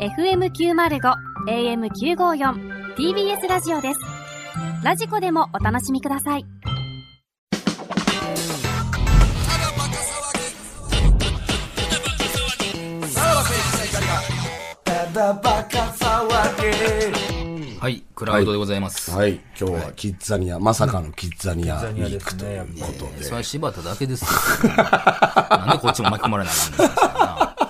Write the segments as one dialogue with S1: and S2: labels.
S1: FM905 AM954 TBS ラジオですラジコでもお楽しみください
S2: はい、クラウドでございます。
S3: はい、今日はキッザニア、まさかのキッザニアに行くということで。
S2: それは柴田だけですよ。 なんでこっちも巻き込まれなあかんの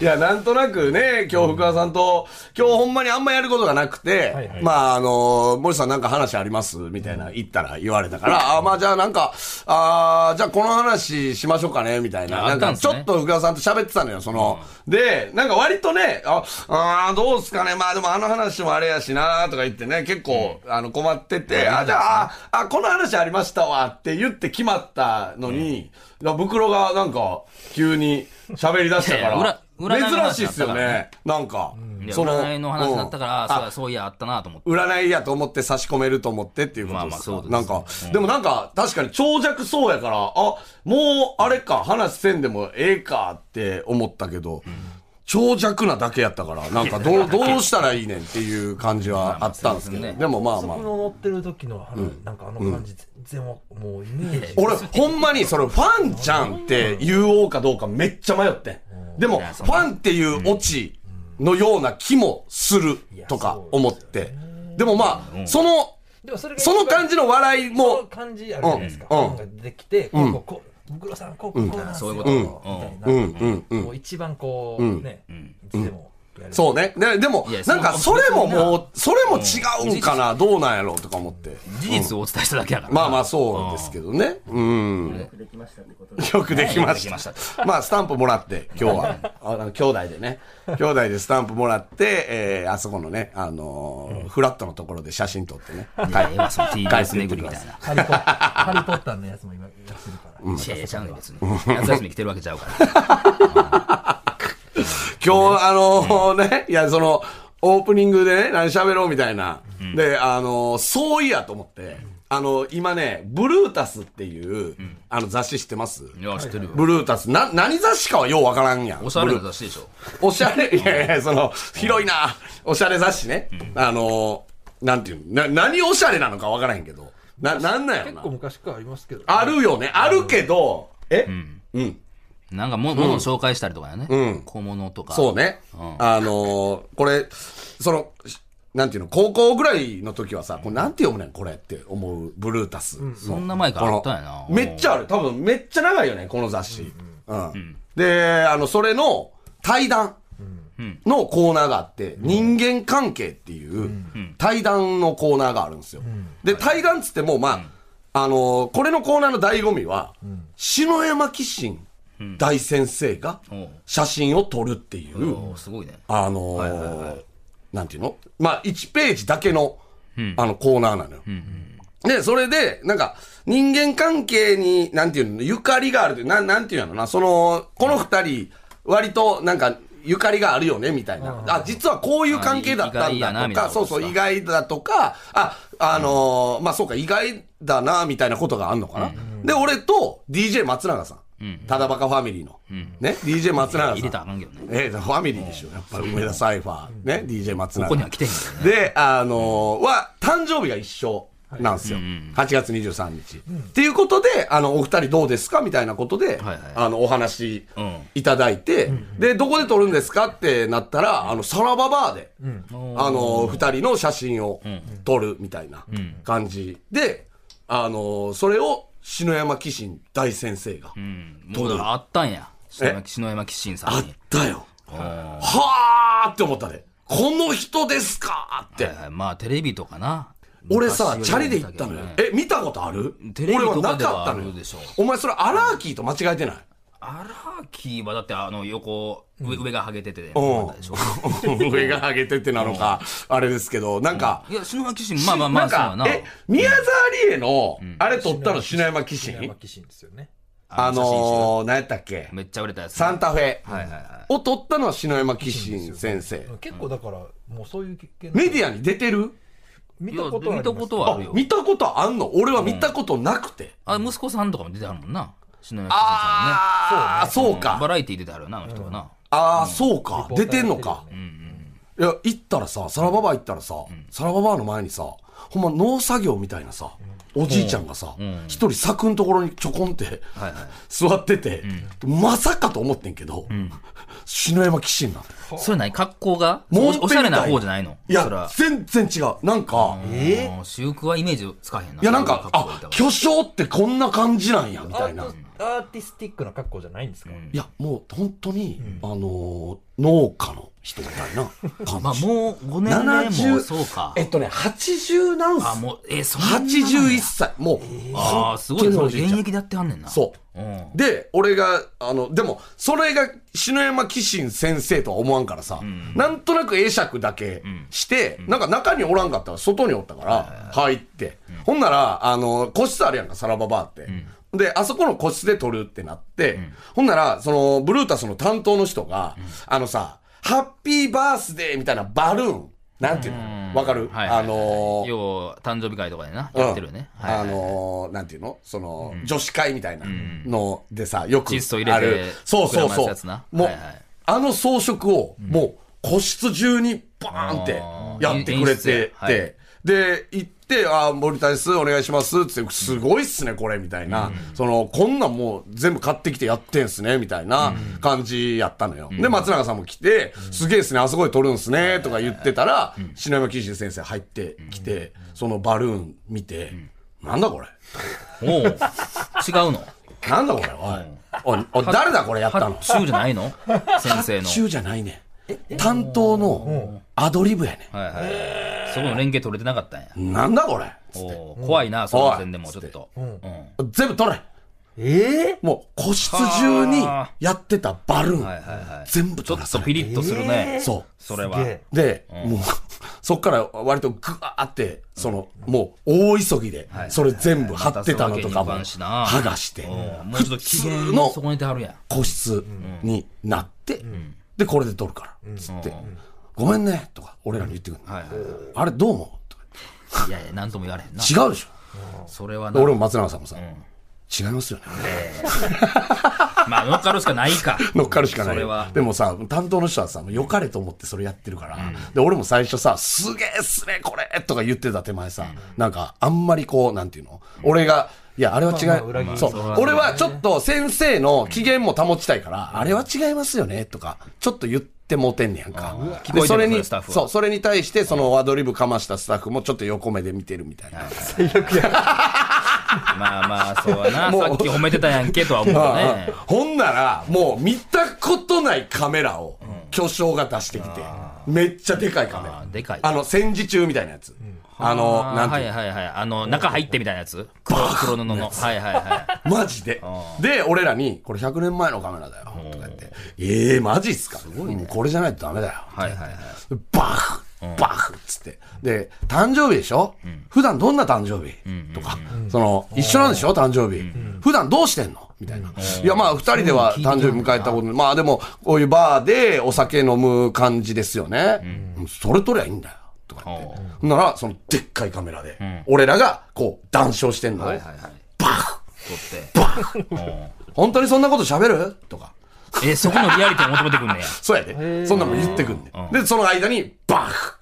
S3: いや、なんとなくね、今日福田さんと、今日ほんまにあんまやることがなくて、まあ、あの、森さんなんか話ありますみたいな言ったら言われたから、あまあじゃあなんか、あーじゃあこの話しましょうかね、みたいな。な
S2: ああっ
S3: ん
S2: たん
S3: か
S2: です
S3: ち
S2: ね
S3: ょっと福田さんと喋ってたのよ、その。で、なんか割とね、あ、あーどうすかね、まあでもあの話もあれやしな、とか言ってね、結構、あの困ってて、あ、じゃあ、ああ、この話ありましたわって言って決まったのに、だから袋がなんか、急に喋り出したか
S2: いやいや
S3: ら。
S2: 裏裏の話
S3: 珍しいっすよね。なんか、
S2: いや占いの話になったから、あそうやそういや、あったなと思って。
S3: うん占いやと思って差し込めると思ってっていうこと
S2: まあ
S3: で
S2: ますあ
S3: か、
S2: そうです
S3: なんか、
S2: うん
S3: でもなんか、確かに長尺そうやから、あ、もう、あれか、話せんでもええかって思ったけど、長尺なだけやったから、なんかどう、どうしたらいいねんっていう感じはあったんですけど、
S2: まあまあ
S3: でもまあ
S4: そ
S3: ま
S4: こ
S3: あ
S4: の。乗ってる時のあの、なんかあの感じ全然わもうイメージ
S3: 俺、ほんまに、それ、ファンちゃんって言おうかどうかめっちゃ迷ってん。でも、
S2: いや
S3: フ
S2: そんな
S3: ァンっていうオチのような気もするとか思って。でもまあ、その、
S4: でもそれが
S3: その感じの笑い
S4: その
S3: も、
S4: 感じあるじゃないですか、
S3: うん
S4: なんかできてこうこうこうブクロさんこうこうこうなんですよ、
S2: そういう
S4: み
S2: こ
S4: た
S2: と
S4: い
S3: う
S4: な、
S3: んうんうん。
S4: もう一番こう、ね、いつでもやれる
S3: そうね。ででも
S2: いや、
S3: なんか、それも
S2: そんな
S3: もう、それも違うんかな、どうなんやろうとか思って。
S2: 事実をお伝えしただけやから。
S3: まあまあ、そうですけどね。うん。 よくできまし
S2: よくできました
S3: た。まあ、スタンプもらって、今日は。 あの兄弟でね。兄弟でスタンプもらって、えーあそこのね、あのーフラットのところで写真撮ってね。
S2: いや、今その TBS 巡りみたいな。
S4: ハリポハリポッターのやつも今やってるから、
S2: いやいや、ちゃうねん別に。夏休み来てるわけちゃ うから。
S3: 今日、あのーね、いや、その、オープニングでね、何喋ろうみたいな。で、あのーそういやと思って、あの今ね、ブルータスっていう、あの雑誌知ってます
S2: いや、知ってるよ。
S3: ブルータス。な、何雑誌かはようわからんやん。
S2: おしゃれな
S3: ブル
S2: 雑誌でしょ。
S3: おしゃれ、いやいや、その、広いな。おしゃれ雑誌ね。あのー、なんていうの、な、何おしゃれなのかわからへんけど。な、なんなんやろ
S4: 結
S3: な
S4: 構。昔からありますけど、
S3: あるよね。あるけど、えうん。
S2: なんかも、ものを紹介したりとかやね。小物とか。
S3: そうね。
S2: うん
S3: あのーこれ、その、しなんていうの、高校ぐらいの時はさ、これなんて読むねん、これって思う、ブルータス。
S2: そんな前からあったんやな
S3: こ。のめっちゃある。多分めっちゃ長いよね、この雑誌。うん。で、あの、それの対談のコーナーがあって、人間関係っていう対談のコーナーがあるんですよ。で、対談つっても、まあ、あのー、これのコーナーの醍醐味は、篠山紀信大先生が
S2: うん
S3: 写真を撮るっていう、
S2: おーすごいね。
S3: あのーなんていうのまあ、1ページだけの、あの、コーナーなのよ。で、それで、なんか、人間関係に、なんていうの、ゆかりがあるという、なん、なんていうのかな、その、この二人、割と、なんか、ゆかりがあるよね、みたいな。あ、実はこういう関係だった
S2: あ意
S3: ん
S2: 外やな
S3: だ
S2: み
S3: と
S2: たいな
S3: か、
S2: こと
S3: そ
S2: で
S3: うそ
S2: すか
S3: う、意外だとか、あ、あのーまあ、そうか、意外だな、みたいなことがあるのかな。で、俺と、DJ 松永さん。ただバカファミリーの。ね、DJ 松永さん。
S2: 入れたらあかんけどね。
S3: ええ、ファミリーでしょ。やっぱり梅田サイファー、ね、DJ 松
S2: こ
S3: 永。
S2: こには来てへんけどね。
S3: で、あのーは、誕生日が一緒なんですよ。8月23日。っていうことで、あの、お二人どうですかみたいなことで、
S2: はいはい
S3: あの、お話
S2: うん
S3: いただいて、で、どこで撮るんですかってなったら、あの、サラババーで、あの、二人の写真を撮るみたいな感じで、あのーそれを篠山紀信大先生が、
S2: うん。もうだからあったんや。篠山篠山紀信さ
S3: あ
S2: ん
S3: っ
S2: に。
S3: たよ。
S2: うん
S3: はーって思ったで。この人ですかーって
S2: はい。はいまあテレビとかな
S3: 俺さ、チャリで行ったのよ
S2: 昔よりは見。けどね
S3: え、見たことある
S2: テレビとかで
S3: 俺
S2: は
S3: な
S2: あ
S3: のよ
S2: るでしょ
S3: お前それアラーキーと間違えてない
S2: アラーキーはだってあの横上上がハゲてて
S3: うん
S2: よかったで しょ
S3: 上が上げてってなのか、あれですけど、なんか、
S2: いや篠山紀信まあまあまあそうや
S3: なん
S2: な
S3: か、え、宮沢りえの、あれ撮ったの篠山紀
S4: 篠山
S3: 信
S4: 紀信ですよね
S3: あ
S2: 写真集
S3: のー、何やったっけ
S2: めっちゃ売れたやつ
S3: サンタフェ
S2: はいはいは
S3: を撮ったのは篠山紀信先生。
S4: 結構だからもうそういう系の
S3: メディアに出てる
S4: 見
S2: いい
S4: た
S2: や
S4: ことはあ
S2: 見
S4: り
S2: た
S4: ま
S2: こ
S4: す
S2: とはあ
S3: あ
S2: る、よ
S3: 見たことあんの俺は見たことなくて。
S2: あ息子さんとかも出てはるもんな篠山紀信さんね
S3: あー、そう
S2: バ
S3: か。
S2: ラエティー出てはるよなあの人はな
S3: あー、そうか。
S4: リポー
S3: 出
S4: ター
S3: てんのか
S4: 出。てるよね
S3: いや、行ったらさ、サラババア行ったらさ、サラババアの前にさ、ほんま農作業みたいなさ、おじいちゃんがさ、一人柵のところにちょこんって、座ってて、まさかと思ってんけど、篠山騎士になってる。
S2: それ何格好が
S3: もんぺみたい
S2: おおしゃれな方じゃないの
S3: い
S2: それ
S3: や
S2: は、
S3: 全然違う。なんか、
S4: え
S2: もう私服はイメージつかへんな。
S3: いやなんか、
S2: 格好言うた
S3: あ
S2: ら、
S3: 巨匠ってこんな感じなんや、み
S4: ア
S3: たい
S4: ー
S3: な
S4: ト。アーティスティックな格好じゃないんですか、
S2: ん
S3: いや、もう本当に、あのー農家の人みたいな感じ。
S2: まあもう5年目もそうか。
S3: えっとね、80何
S2: あ、
S3: 歳
S2: もう、えー、そんななんや
S3: ?81 歳。もう、
S2: ああ、すご
S3: 本
S2: い。
S3: 当
S2: そ
S3: におじ
S2: れ
S3: いちゃん
S2: 現役でやってはんねんな。。
S3: そう
S2: うん
S3: う。。で、俺が、あの、でも、それが篠山紀信先生とは思わんからさ、なんとなく会釈だけして、なんか中におらんかったら外におったから、入って。ほんなら、あの、個室あるやんか、サラババアって。で、あそこの個室で撮るってなって、ほんなら、その、ブルータスの担当の人が、あのさ、ハッピーバースデーみたいなバルーン、なんていうのわかる、
S2: はいはいはい
S3: あのー
S2: 要は、誕生日会とかでな、やってるよね。
S3: うん
S2: はいはい
S3: あのーなんていうのその、女子会みたいなのでさ、よくある。
S2: 窒素入れて
S3: そうそう
S2: 膨らます
S3: そう
S2: やつな。
S3: もう、
S2: はいはい
S3: あの装飾を、もう、個室中にバーンって
S2: あー
S3: やってくれてて、
S2: 演出やはい
S3: で、行って、あー、森田です、お願いします、って、すごいっすね、これ、みたいな。その、こんなんもう全部買ってきてやってんすね、みたいな感じやったのよ。で、松永さんも来て、すげえっすね、あそこで撮るんすね、とか言ってたら、篠山紀信先生入ってきて、そのバルーン見て、なんだこれ
S2: おう違うの
S3: なんだこれおい。おい、おい誰だこれやったの
S2: 発注じゃない の先生の。
S3: 中じゃないねん。担当のアドリブやね
S2: はいはい。そこの連携取れてなかったんや。
S3: ん。なんだこれ
S2: おう怖いな、その線でも、ちょっと。うん
S3: 全部取れ
S4: え
S3: もう個室中にやってたバル
S2: はいは
S3: ー
S2: い
S3: ン。
S2: はい。
S3: 全部
S2: ちょ
S3: 取ら
S2: っ
S3: さ
S2: と
S3: れ
S2: ピ
S3: て
S2: リッとするね。
S4: え
S3: そ
S2: それ
S4: ー、
S2: は。
S4: すげえ
S3: う。で、もう、 そっから割とグワーって、その、もう大急ぎで、それ全部貼ってたのとかも、
S2: またその原因版しな
S3: 剥がして、
S2: おうも
S3: 普
S2: うちょっと機嫌
S3: 通
S2: の
S3: の
S2: 損ねてはるやん。
S3: 個室になって、で、これで撮るから、つって、ごめんね、とか、俺らに言ってくるの
S2: はいはいは
S3: あれどう思うとか
S2: い。いやいや、なんとも言われへんな。
S3: 違うでしょ
S2: それは
S3: で
S2: な。
S3: 俺も松永さんもさ、違いますよね。
S2: まあ、乗っかるしかないか。
S3: 乗っかるしかない
S2: それ
S3: よ
S2: は。
S3: でもさ、担当の人はさ、良かれと思ってそれやってるから、で、俺も最初さ、すげえっすね、これとか言ってた手前さ、なんか、あんまりこう、なんていうの俺が、いや、あれは違
S4: まあまあ裏切
S3: う。
S4: り
S3: そう
S4: ま。
S3: 俺はちょっと先生の機嫌も保ちたいから、あれは違いますよね、とか、ちょっと言ってもうてんねやんか。
S2: 聞こえて
S3: で
S2: る
S3: それ
S2: それ
S3: に、
S2: スタッフは
S3: そう、それに対して、そのアドリブかましたスタッフもちょっと横目で見てるみたいな。
S2: まあまあ、そうやな。
S3: もう
S2: さっき褒めてたやんけとは思う
S3: ああ
S2: ね。
S3: ほんなら、もう見たことないカメラを巨匠が出してきて、めっちゃでかいカメ
S2: あ
S3: ラ
S2: ー。でかい
S3: あの、戦時中みたいなやつ。あの、
S2: あー
S3: なんて
S2: はいいうはいはい。あの、中入ってみたいなやつ黒黒布の。はいはいは
S3: のマジで。で、俺らに、これ100年前のカメラだよ。とか言って、ええー、マジっすかもうこれじゃないとダメだよ。
S2: い。はいはいはい。
S3: バフバフっつって。で、誕生日でしょ普段どんな誕生日とか、その、一緒なんでしょ誕生日。普段どうしてんのみたいな。いや、まあ、二人では誕生日迎えたことないまあ、でも、こういうバーでお酒飲む感じですよね。うんそれ取りゃいいんだよ。とか言って
S2: おう。
S3: ほんなら、その、でっかいカメラで、俺らが、こう、談笑してんのを
S2: はいはいはい。
S3: バフ
S2: 取って。
S3: 本当にそんなこと喋るとか。
S2: うんえ、そこのリアリティを求めてくんねや。
S3: そうやで。そんなんも言ってくんね、で、その間に、バフ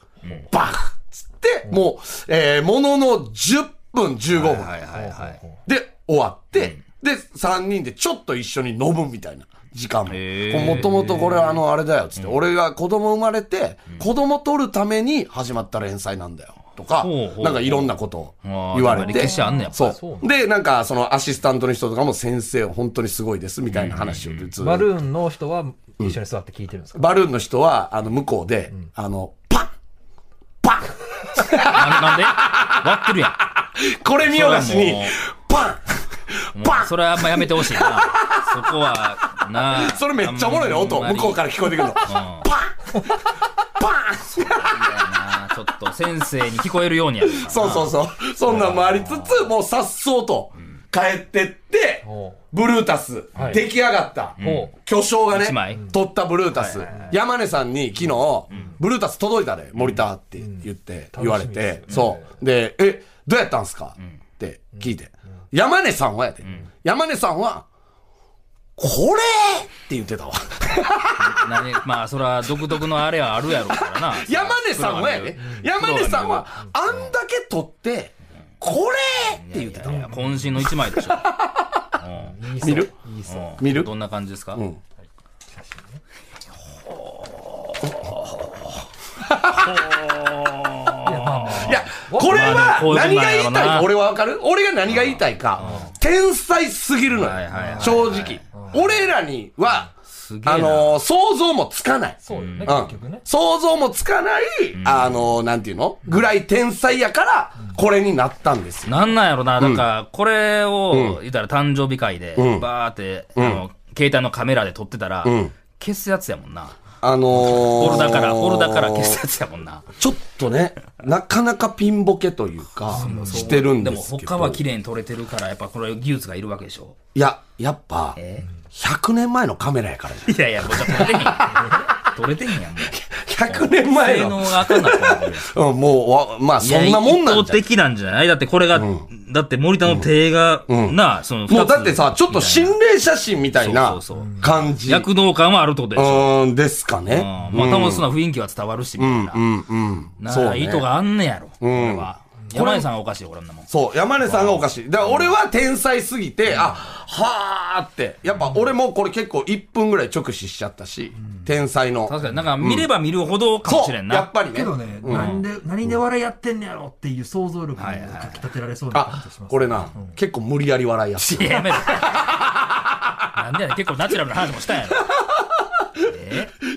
S3: バフつって、もう、えー、ものの10分、15分。
S2: はいはいはい。
S3: で、終わって、で、3人でちょっと一緒に飲むみたいな時間も。
S2: へー
S3: もともとこれあの、あれだよ、つって。俺が子供生まれて、子供取るために始まった連載なんだよ。とか
S2: ほうほう、
S3: なんかいろんなことを言
S2: あー
S3: われ
S2: でも
S3: て。
S2: 歴史あんねやっぱり
S3: そう。で、なんかそのアシスタントの人とかも先生本当にすごいです、みたいな話をずっと
S4: バルーンの人は一緒に座って聞いてるんですか、
S3: バルーンの人は、あの、向こうで、あの、パンパン
S2: ななんで割ってるやん。
S3: これ見よがしに
S2: それはもう、
S3: パン
S2: もう
S3: パン
S2: それはあんまやめてほしいな。そこは、なあ。
S3: それめっちゃおもろいね、音。向こうからら聞こえてくるの。パンパン
S2: あんまりいやなちょっと先生に聞こえるようにやるからな
S3: そうそうそう。そんなんもありつつ、もうさっそうと帰ってって
S4: おう、
S3: ブルータス、
S4: はい
S3: 出来上がった
S4: ん、
S3: 巨匠がね
S2: 一枚、
S3: 取ったブルータス、山根さんに昨日、ブルータス届いたで、森田って言って、言われ
S4: 楽しみです
S3: て
S4: よ、
S3: そう。で、え、どうやったんすかって聞いて。山根さんはやで。山根さんは、これって言ってたわ。
S2: 何まあ、そら、独特のあれはあるやろうからな。
S3: 山根さんはやで、山根さんは、あんだけ取って、これって言ってた
S2: い
S3: わ。
S2: や渾身の一枚でしょ。
S3: 見る
S4: いいそう。
S2: うん
S3: 見る
S2: どんな感じですか、
S3: うん。いや、これ
S2: まあ
S3: は
S2: こういうこと
S3: 何が
S2: なんや
S3: 言
S2: ろ
S3: い
S2: な
S3: たいか、俺はわかる俺が何が言いたいか、天才すぎるのよ
S2: はいはいはいは。い
S3: 正直。俺らには、
S2: げえな
S3: あのー、想像もつかない。
S4: そうよね、
S3: うん
S4: 結局ね。
S3: 想像もつかない、あのー、なんていうのぐらい天才やから、これになったんですよ。
S2: なんなんやろな、だから、これを、言ったら誕生日会で、
S3: ん
S2: バーって、あの、携帯のカメラで撮ってたら、
S3: ん
S2: 消すやつやもんな。
S3: あのー、
S2: フォルダから、フォルダから消すやつやもんな。
S3: ちょっとね、なかなかピンボケというか、してるん
S2: で
S3: で
S2: も、
S3: すけ
S2: 他
S3: ど。
S2: は綺麗に撮れてるから、やっぱこれ技術がいるわけでしょ。
S3: いや、やっぱ、
S2: え
S3: 100年前のカメラやからじ
S2: いやいや、もうじゃあ撮れてへんやん。撮れてへん やん、も
S3: ゃん。100年
S2: う。
S3: 前
S2: 性
S3: の
S2: 能。があかんなったら。
S3: うん、もうわ、まあ、そんなもんなん
S2: いや
S3: じ
S2: 一方
S3: ゃん。
S2: 的なんじゃないだってこれが、だって森田の手が、なあ、その、
S3: もうだってさ、ちょっと心
S2: 新
S3: 霊写真みたいな
S2: そうそうそう
S3: 感じ。う
S2: 躍動感はあるってことでし
S3: ー
S2: ょ。
S3: ん、ですか
S2: うん
S3: ね。
S2: まあ、たもその雰囲気は伝わるし、みたいな。
S3: うん、うん。
S2: な
S3: そう
S2: あ、
S3: ね
S2: 意図があんねやろ、これは。山根さんがおかしいよ、こんなもん。
S3: そう、山根さんがおかしい。だから俺は天才すぎて、あ、はーって。やっぱ俺もこれ結構1分ぐらい直視しちゃったし、天才の。
S2: 確かになんか見れば見るほどかも
S3: そ
S2: し
S3: う、
S2: れん
S3: やっ
S2: な。
S3: ぱり
S4: け
S3: ね。
S4: どね、何で、何で笑いやってんねやろっていう想像力がかき立てられそうな感じ
S3: あ
S4: がしま、す。
S3: これな、結構無理やり笑いやすい。
S2: いや、やめろ。なんでやねん結構ナチュラルな話もしたん やろ。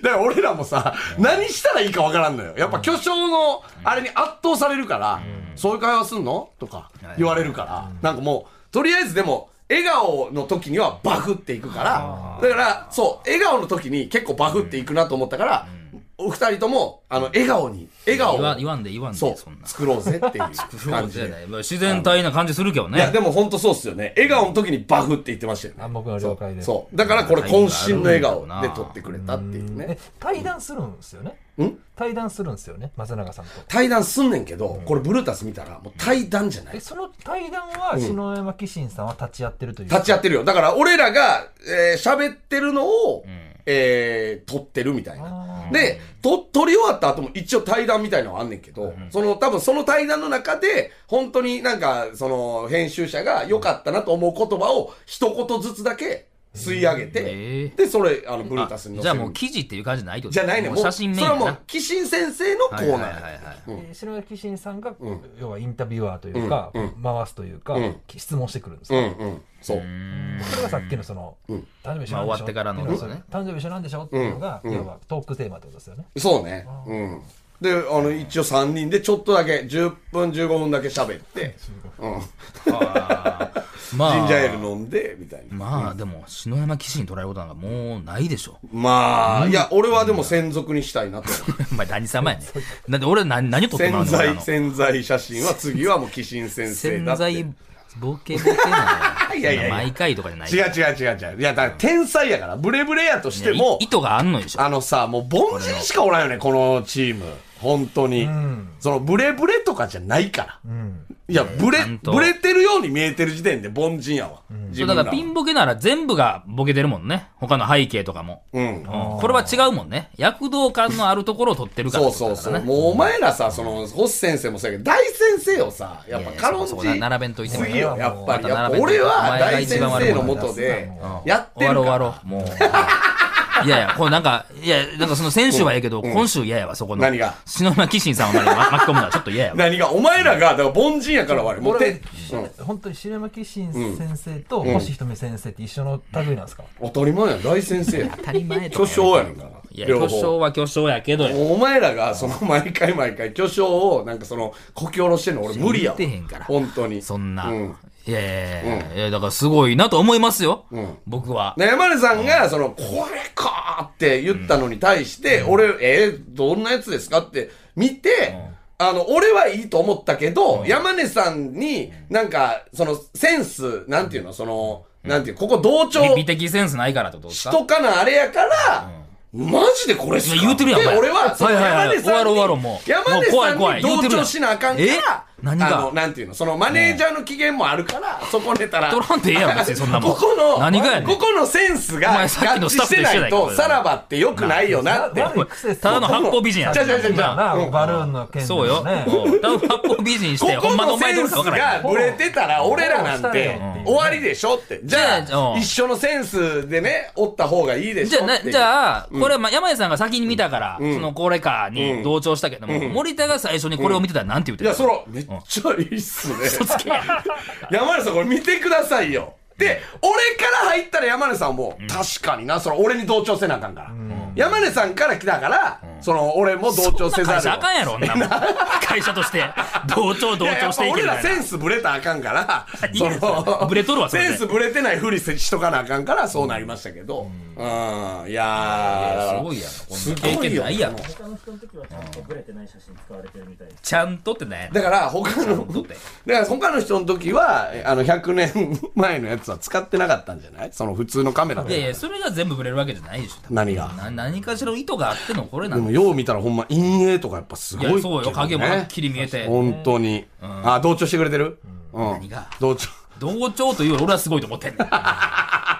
S3: だから俺らもさ、何したらいいかわからんのよ。やっぱ巨匠の、あれに圧倒されるから、そういう会話すんのとか言われるから、なんかもう、とりあえずでも、笑顔の時にはバフっていくから、だから、そう、笑顔の時に結構バフっていくなと思ったから、お二人とも、あの、笑顔に、笑顔
S2: 言わ言
S3: を、
S2: わんで言わんで、
S3: そ、
S2: そうんな。
S3: 作ろうぜっていう感じ
S2: そうじゃな
S3: で。
S2: い自然体な感じするけど
S3: いや、
S2: ね。
S3: でも本当そうっすよね。笑顔の時にバフって言ってましたよね。
S4: 暗黙の了解で。
S3: そう。だからこれ渾身の笑顔で撮ってくれたっていうね。
S4: え、対談するんですよね。対談するんですよね、松永さんと。
S3: 対談すんねんけど、これブルータス見たら、もう対談じゃな
S4: え、
S3: い。
S4: その対談は、篠山紀信さんは立ち会ってるという。
S3: 立ち会ってるよ。だから俺らが、えー喋ってるのを、えー撮ってるみたいな。で、と、撮り終わった後も一応対談みたいなのはあんねんけど、その、多分その対談の中で、本当になんか、その、編集者が良かったなと思う言葉を一言ずつだけ吸い上げ
S2: へ
S3: て、
S2: ー
S3: で、それ、あの、ブルータスに載
S2: じ
S3: せ
S2: ゃあ
S3: る
S2: もう記事っていう感じじゃないってこ
S3: じ
S2: と
S3: ゃないねん
S2: も
S3: も
S2: う
S3: う
S2: 写真メイン
S3: それは
S2: や
S3: も
S2: な
S3: う、。岸新先生のコーナーや
S2: はいはいはいはい
S4: えー篠山紀信さんが、要はインタビュアーというか、
S3: うん
S4: 回すというか、
S3: うん
S4: 質問してくるんです
S3: う
S4: よ、
S3: んうん。そう。
S4: それがさっきのその、
S3: ん
S4: 誕
S2: まあ
S4: 生日一緒なんでしょ
S2: 終わってからの
S4: っていう
S2: ですね
S4: 誕生日一緒なんでしょっていうのが、
S3: うんうん
S4: 要はトークテーマってことですよね。
S3: そうね。うん。で、あの、一応3人でちょっとだけ、10分、15分だけ喋って、うん。
S2: あーまあ
S3: ジンジャーエール飲んで、みたいな。
S2: まあでも篠山騎士に捉えることなんかもうないでしょ
S3: まあ、いや、俺はでも専属にしたいなと。
S2: お前何様やねんだって俺何何を撮ってもら
S3: 潜
S2: うの俺ら
S3: 在、
S2: の
S3: 潜在写真は次はもう、寄進先生だって。
S2: 潜在
S3: 違う
S2: ボケボケなの
S3: いやいやいや
S2: 毎回とかじゃない
S3: 違う違う違う。いや、だから天才やから、ブレブレやとしても
S2: い、意図があんのでしょ
S3: あのさ、もう凡人しかおらんよね、このチーム。本当に。その、ブレブレとかじゃないから。いや、ブレ
S2: ちゃん、と
S3: ブレてるように見えてる時点で凡人やわ。
S2: そ
S3: 自
S2: うだ
S3: 分
S2: からら
S3: は
S2: ピンボケなら全部がボケてるもんね他の背景とかも、
S3: うん。
S2: うんこれは違うもんね躍動感のあるところを撮ってるか
S3: そ
S2: らっ
S3: う
S2: てこ
S3: そうそ
S2: とだか
S3: う。
S2: らね
S3: もうお前らさ、その、星先生もそうやけど、大先生をさ、やっぱ
S2: い
S3: 軽
S2: や
S3: ん
S2: いや
S3: じ
S2: そこそこ並べんといても
S3: すぎよ、やっぱり。
S2: また
S3: やっぱ
S2: 並べんと
S3: 俺は
S2: お前が
S3: 大
S2: 一
S3: 先
S2: 番悪い
S3: 生
S2: も
S3: の
S2: ん
S3: もとで
S2: うん、
S3: やって
S2: 終わろ
S3: る
S2: う終
S3: か
S2: わ
S3: ら。
S2: ろう もういやいやこれなんかいやなんかその先週はええけど、今週嫌やわそこの
S3: 何が
S2: 篠山紀信さんをまで巻き込むのはちょっと嫌やわ
S3: 何が、お前らが、だから凡人やから悪い。もう
S4: 俺
S3: て、うん
S4: 本当に篠山紀信先生と星瞳先生って一緒の類なんですか、
S3: 当たり前やん、大先生や。
S2: 当たり前と
S3: 巨
S2: か
S3: 匠や ねんから。
S2: いや、
S3: 両
S2: 巨
S3: 方
S2: 匠は巨匠やけど、
S3: お前らが、その、毎回毎回、巨匠を、なんかその、こき下ろしてんの俺無理やわ
S2: 言ってへんから
S3: 本当に。
S2: そんな。
S3: う
S2: いやいやいやいや、だからすごいなと思いますよ。
S3: ん
S2: 僕は。
S3: ね、山根さんが、その、これかーって言ったのに対して、俺、えーどんなやつですかって見て、あの、俺はいいと思ったけど、山根さんに、なんか、その、センス、なんていうの、その、なんていう、ここ同調
S2: 美的センスないからってことです
S3: し
S2: か
S3: とかなあれやから、マジでこれっすか
S2: いや言うてるやん
S3: で
S2: お前
S3: 俺は、その
S2: はいはいは
S3: 山
S2: い
S3: 根さんに
S2: 終わろう終わろうもう
S3: 山根
S2: もう怖い
S3: さ
S2: 怖
S3: ん
S2: い
S3: に
S2: 言うて
S3: 同
S2: るやん
S3: 調しなあかんか
S2: え
S3: ら、
S2: 何
S3: あの、
S2: が
S3: なんていうの、そのマネージャーの機嫌もあるから、そこ寝たら。
S2: 取らんでええやん別にそんなもん
S3: ここの、
S2: 何がやねん
S3: ここのセンス
S2: お
S3: が合
S2: 前さっきの
S3: 致
S2: スタッ
S3: し
S2: フと
S3: てな
S2: 一緒だ
S3: い
S2: けど
S3: と、さらばって良くないよなって。
S4: 悪い癖っす
S2: ただの
S4: そう
S2: 八方美人や
S3: ちゃうちゃうちゃうち
S4: だ
S3: ゃ
S4: な
S3: ううん
S4: バルーンの件
S2: そうようん多分八方美人にして
S3: こ
S2: ほ
S3: こ
S2: んまの
S3: の
S2: お前
S3: セ
S2: ど
S3: ン
S2: れ
S3: ス
S2: かわから
S3: が
S2: ん
S3: ブレてたら俺らなんて
S4: うん
S3: 終わりでしょって。じゃ
S2: じゃあ
S3: あ
S2: う、ん
S3: 一緒のセンスでね、おった方がいいでし
S2: じ
S3: ょ
S2: ゃあ
S3: っ
S2: な
S3: ていう。
S2: じゃあ、これはまあ山根さんが先に見たから、
S3: ん
S2: そのこれかに同調したけども、森田が最初にこれを見てたらなんて言っ
S3: い
S2: てた
S3: や、そら、めっちゃいいっすね。 山根さん、これ見てくださいよ。で、俺から入ったら山根さんも、確かにな、それ俺に同調せなあかんから。山根さんから来たから、その、俺も同調せざるを。
S2: 会社あかんやろ、 女もん会社として、同調同
S3: いやや
S2: 調
S3: っ
S2: し
S3: ぱ
S2: ていけ
S3: 俺
S2: みた
S3: ら
S2: い
S3: セ
S2: な
S3: ン。スぶれたらあかんから、
S2: いやブレとるわそれで
S3: センスぶれてないふりしとかなあかんから、そうなりましたけど。うん、いやー
S2: すごいやろ、こんな経験ないやろ。
S5: 他の人の時はちゃんとブレてない写真使われてるみたいです。
S2: ちゃんとってね。
S3: だから、他の、
S2: とって
S3: だから他の人の時は、えあの、100年前のやつは使ってなかったんじゃないその普通のカメラ
S2: いやい
S3: で。
S2: や、それが全部ブレるわけじゃないでしょ。
S3: 何が。
S2: な何かしらの意図があってのこれな
S3: で
S2: ん
S3: も、よう見たらほんま陰影とかやっぱすご
S2: い
S3: いけど、
S2: や、
S3: ね。
S2: そうよ、影もはっきり見えて。
S3: 本当に。あ、同調してくれてるうん。
S2: 何が
S3: 同調。
S2: 同調というより俺はすごいと思って んねん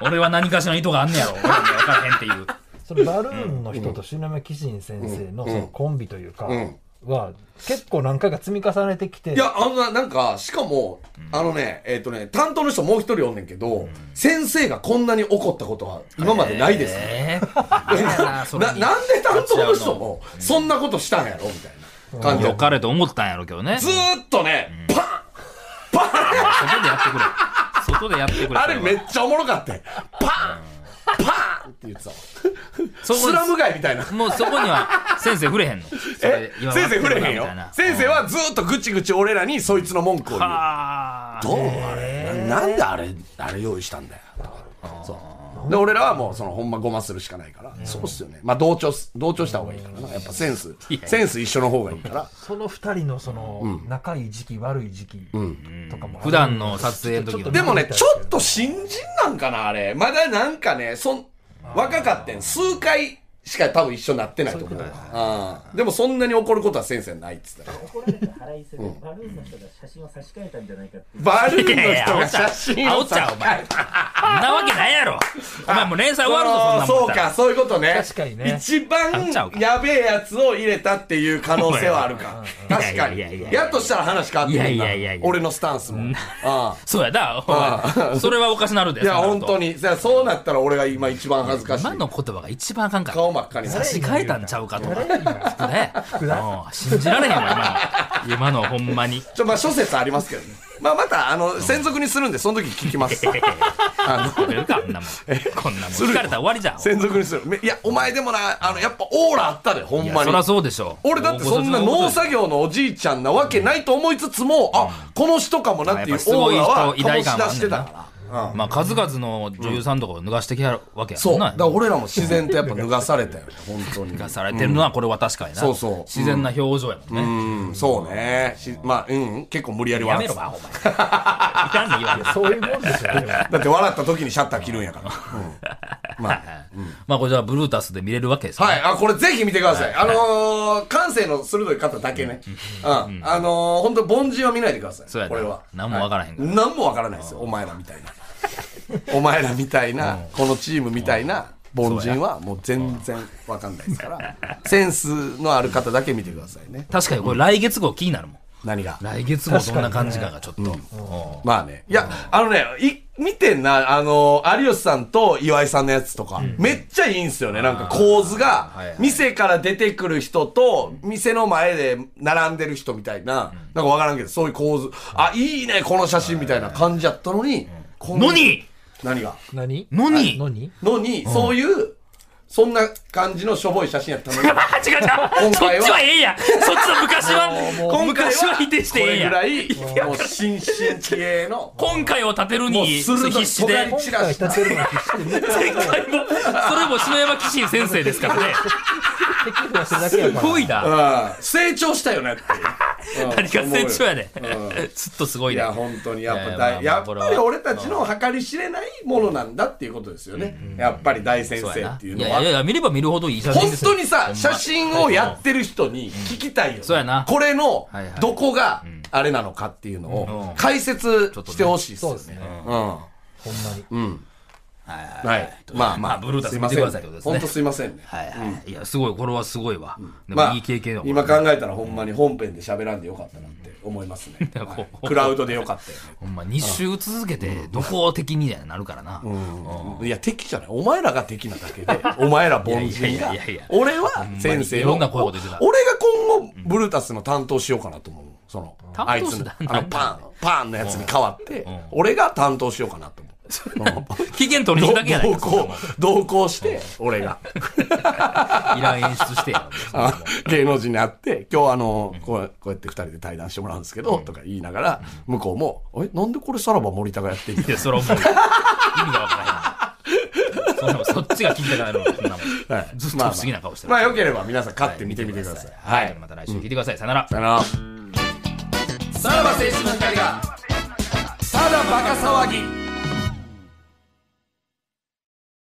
S2: 俺は何かしらの意図があんねやろ。俺には分からへんっていう。
S4: それバルーンの人と篠宮紀信先生のそのコンビというか
S3: ん
S4: は結構何回か積み重ねてきて
S3: いや、あのな、なんか、しかも、あのね、えっ、とね、担当の人もう一人おんねんけど、先生がこんなに怒ったことは今までないです、ね
S2: えー嫌やなそれ
S3: な。
S2: に
S3: なんで担当の人も、そんなことしたんやろみたいな感じで
S2: よ。かれと思ったんやろうけどね。
S3: ずーっとね、パン
S2: 外でやってくれ。外でやってくれ。
S3: あれめっ
S2: ち
S3: ちゃおもろかったよパンパンって言ってたわ。
S2: ゃ、
S3: スラム街みたいな。
S2: もうそこには先生触れへんの。それ
S3: え
S2: 今
S3: 先生触れへん
S2: み
S3: よ
S2: たいな。
S3: 先生はずーっとぐちぐち俺らにそいつの文句を言う。
S2: はあ。
S3: どうあれななんであれあれ用意したんだよとかそうで俺らはもうそのほんまごまするしかないから、そうっすよねまあ同調す同調した方がいいからなやっぱセンス
S2: いや
S3: センス一緒の方がいいから
S4: その二人のその仲いい時期悪い時期とかもある
S2: 普段の撮影の時の
S3: でもねちょっと新人なんかなあれまだなんかねそん若かってん数回しか多分一緒になってないと思うわうんでもそんなに怒ることは先生ないっつったら
S5: 怒られて払いすぎて、バルーンの人が写真を差し替えたんじゃないかっていう。
S3: バルーン
S2: いや
S3: の
S2: いや
S3: 人が
S2: 煽っ
S3: 写
S2: ちゃう
S3: 真を
S2: 煽っちゃうお前そんなわけないやろ。お前もう連載終わるぞ、そんなもん
S3: そう
S2: だった。
S3: からそういうことね
S4: 確かにね
S3: 一
S2: 買っ
S3: 番
S2: ちゃうから
S3: やべえやつを入れたっていう可能性はあるか確かに
S2: いやいやいやいや
S3: やっとしたら話変わってくる
S2: いやい
S3: な
S2: やいやいや
S3: 俺のスタンスもあ
S2: そうやだ、お前それはおかしなるで。
S3: あいや
S2: そうな
S3: 本
S2: ると
S3: 当。にじゃあそうなったら俺が今一番恥ずかしい
S2: 今の言葉が一番あかんから。
S3: 顔真っ赤にな
S2: 差
S3: る
S2: し替えたんちゃうかとか。福田やうん信じられへんわ、今の。今のほんまに。
S3: ちょまあ諸説ありますけどねまあまたあの専属にするんでその時聞きます あの
S2: 食べるか、こんなもん。こんなもん。
S3: る
S2: 聞かれたら終わりじゃん。
S3: 専属にするめいやお前でもなあのやっぱオーラあったでほん
S2: いや
S3: ま
S2: そ
S3: に
S2: りゃそうでしょ。
S3: 俺だってそんな農作業のおじいちゃんなわけないと思いつつも、あこの人かもなっていうオ
S2: やっぱすごい
S3: ーラ
S2: 人
S3: は醸し
S2: 偉
S3: 出
S2: 大感はあんね
S3: して
S2: ん
S3: た
S2: な
S3: から。うん
S2: まあ数々の女優さんとかを脱がしてきたわけや
S3: そう。だ
S2: な
S3: から俺らも自然とやっぱ脱がされ たよね、本当に。
S2: がされてるのはこれは確かにな、
S3: そうそう
S2: 自然な表情やもんね、
S3: うん、そうね。しまあ、うん、結構無理やり
S2: や
S3: 笑
S2: め
S3: っ
S2: ろ
S3: てた。
S2: ばお前いかんね言わんね
S4: そういうもんですよね
S3: だって笑った時にシャッター切るんやから。うん、まあ。
S2: まあこれじゃあブルータスで見れるわけですね
S3: はい、あ、これぜひ見てください。あのー、感性の鋭い方だけね。うん。あのー、本当凡人は見ないでください。
S2: そうやな
S3: これは。
S2: 何もわからへんから
S3: はい何もわからないですよ。お前らみたいな。お前らみたいな、このチームみたいな凡人はもう全然わかんないですから。センスのある方だけ見てくださいね。
S2: 確かにこれ来月号気になるもん
S3: 何が。
S2: 来月号どんな感じかがちょっと、
S3: まあね。いや、あのね、い、見てんな、あの、有吉さんと岩井さんのやつとか、めっちゃいいんすよね。なんか構図が
S2: はいはい、
S3: 店から出てくる人と、店の前で並んでる人みたいな、なんかわからんけど、そういう構図、あ、いいね、この写真みたいな感じやったのに、こんな
S2: のに
S3: 何が
S4: 何
S2: のに
S4: のに
S3: のに、そういう、そんな感じのしょぼい写真やったのに、
S2: あ違う違う
S3: 今
S2: そっ
S3: 回は
S2: ちはええやんそっちの 昔
S3: 今
S2: は
S3: 回
S2: 昔は否定して
S3: こ
S2: ええ
S3: れ
S2: や
S3: ぐ
S2: ん
S3: らい、もう新進気鋭の、
S2: 今回を立てる
S3: もう
S2: に
S3: 鋭い
S2: 必死で
S3: 尖り
S4: 今回立てるの必死で見て
S2: 前回も それも篠山紀信先生ですか らね
S4: 適度な人だけや
S2: す
S4: から
S2: ごいな
S3: うん成長したよねって いう。
S2: 何か成長や
S3: ね。
S2: ね。ずっとすごい
S3: い
S2: ね
S3: や、。本当に、やっぱ
S2: いや
S3: 大、
S2: いやま
S3: や
S2: あ
S3: っ
S2: これ
S3: ぱ
S2: は
S3: り俺たちの計り知れないものなんだっていうことですよね。やっぱり大先
S2: そう
S3: 生
S2: やな
S3: っていう
S2: い
S3: の
S2: やいやい
S3: は。
S2: や、見れば見るほどいい写真
S3: 本
S2: ですよ
S3: 当にさ、写真をやってる人に聞きたいよね。
S2: そうやな
S3: これの
S2: はいはい、
S3: どこが、あれなのかっていうの
S2: う
S3: を
S2: ん
S3: 解説してほしいっすよ
S4: ちょっと
S3: ね
S4: ね。
S3: うん
S4: ほんまに。
S3: うん。
S2: はい
S3: は
S2: はいい。。
S3: まあ
S2: ま
S3: ま
S2: あ、
S3: あ、
S2: ブルータス
S3: すい
S2: 見
S3: ま
S2: て
S3: せん
S2: くださいってことですね。
S3: 本当すいませんね。
S2: はいはい。いや、すごい、これはすごいわ。で
S3: ま
S2: も
S3: あ
S2: いい経験だもん
S3: 今考えたらほんまに本編で喋らんでよかったなって思いますね。
S2: やこう
S3: はいクラウドでよかったよね。
S2: ほんま、2週続けて、どこ的になるからな。
S3: いや、敵じゃない。お前らが敵なだけ で、お前ら凡人
S2: いや
S3: が
S2: いやいやいやいや。
S3: 俺は先
S2: い
S3: 生を
S2: ろんな声を出てた
S3: 俺が今後、ブルータスの担当しようかなと思う。その、
S2: 担
S3: あい
S2: 当
S3: つ
S2: す
S3: の
S2: る、
S3: あ
S2: な
S3: の、
S2: ん
S3: パ
S2: だ
S3: ン、パンのやつに変わって
S2: ん、
S3: 俺が担当しようかなと思う。
S2: 期限取りに行くだけやない
S3: 同
S2: か。そんな
S3: 行
S2: もん、
S3: 同行して、俺が。
S2: いらん演出してや。
S3: あ芸能人に会って、今日あの、こうこうやって二人で対談してもらうんですけど、とか言いながら、向こうも、え、なんでこれさらば森田がやってんの
S2: いや、それはもう、意味がわからへん。そんなもんそっちが聞きたくなるそんなもん
S3: はい
S2: ずっと
S3: まあまあ
S2: 不思議な顔してる
S3: まあ、よければ皆さん買って見てみてください。は
S2: はいい。。また来週聞いてください。さよなら。
S3: さよなら。さらば青春の光が、ただバカ騒ぎ。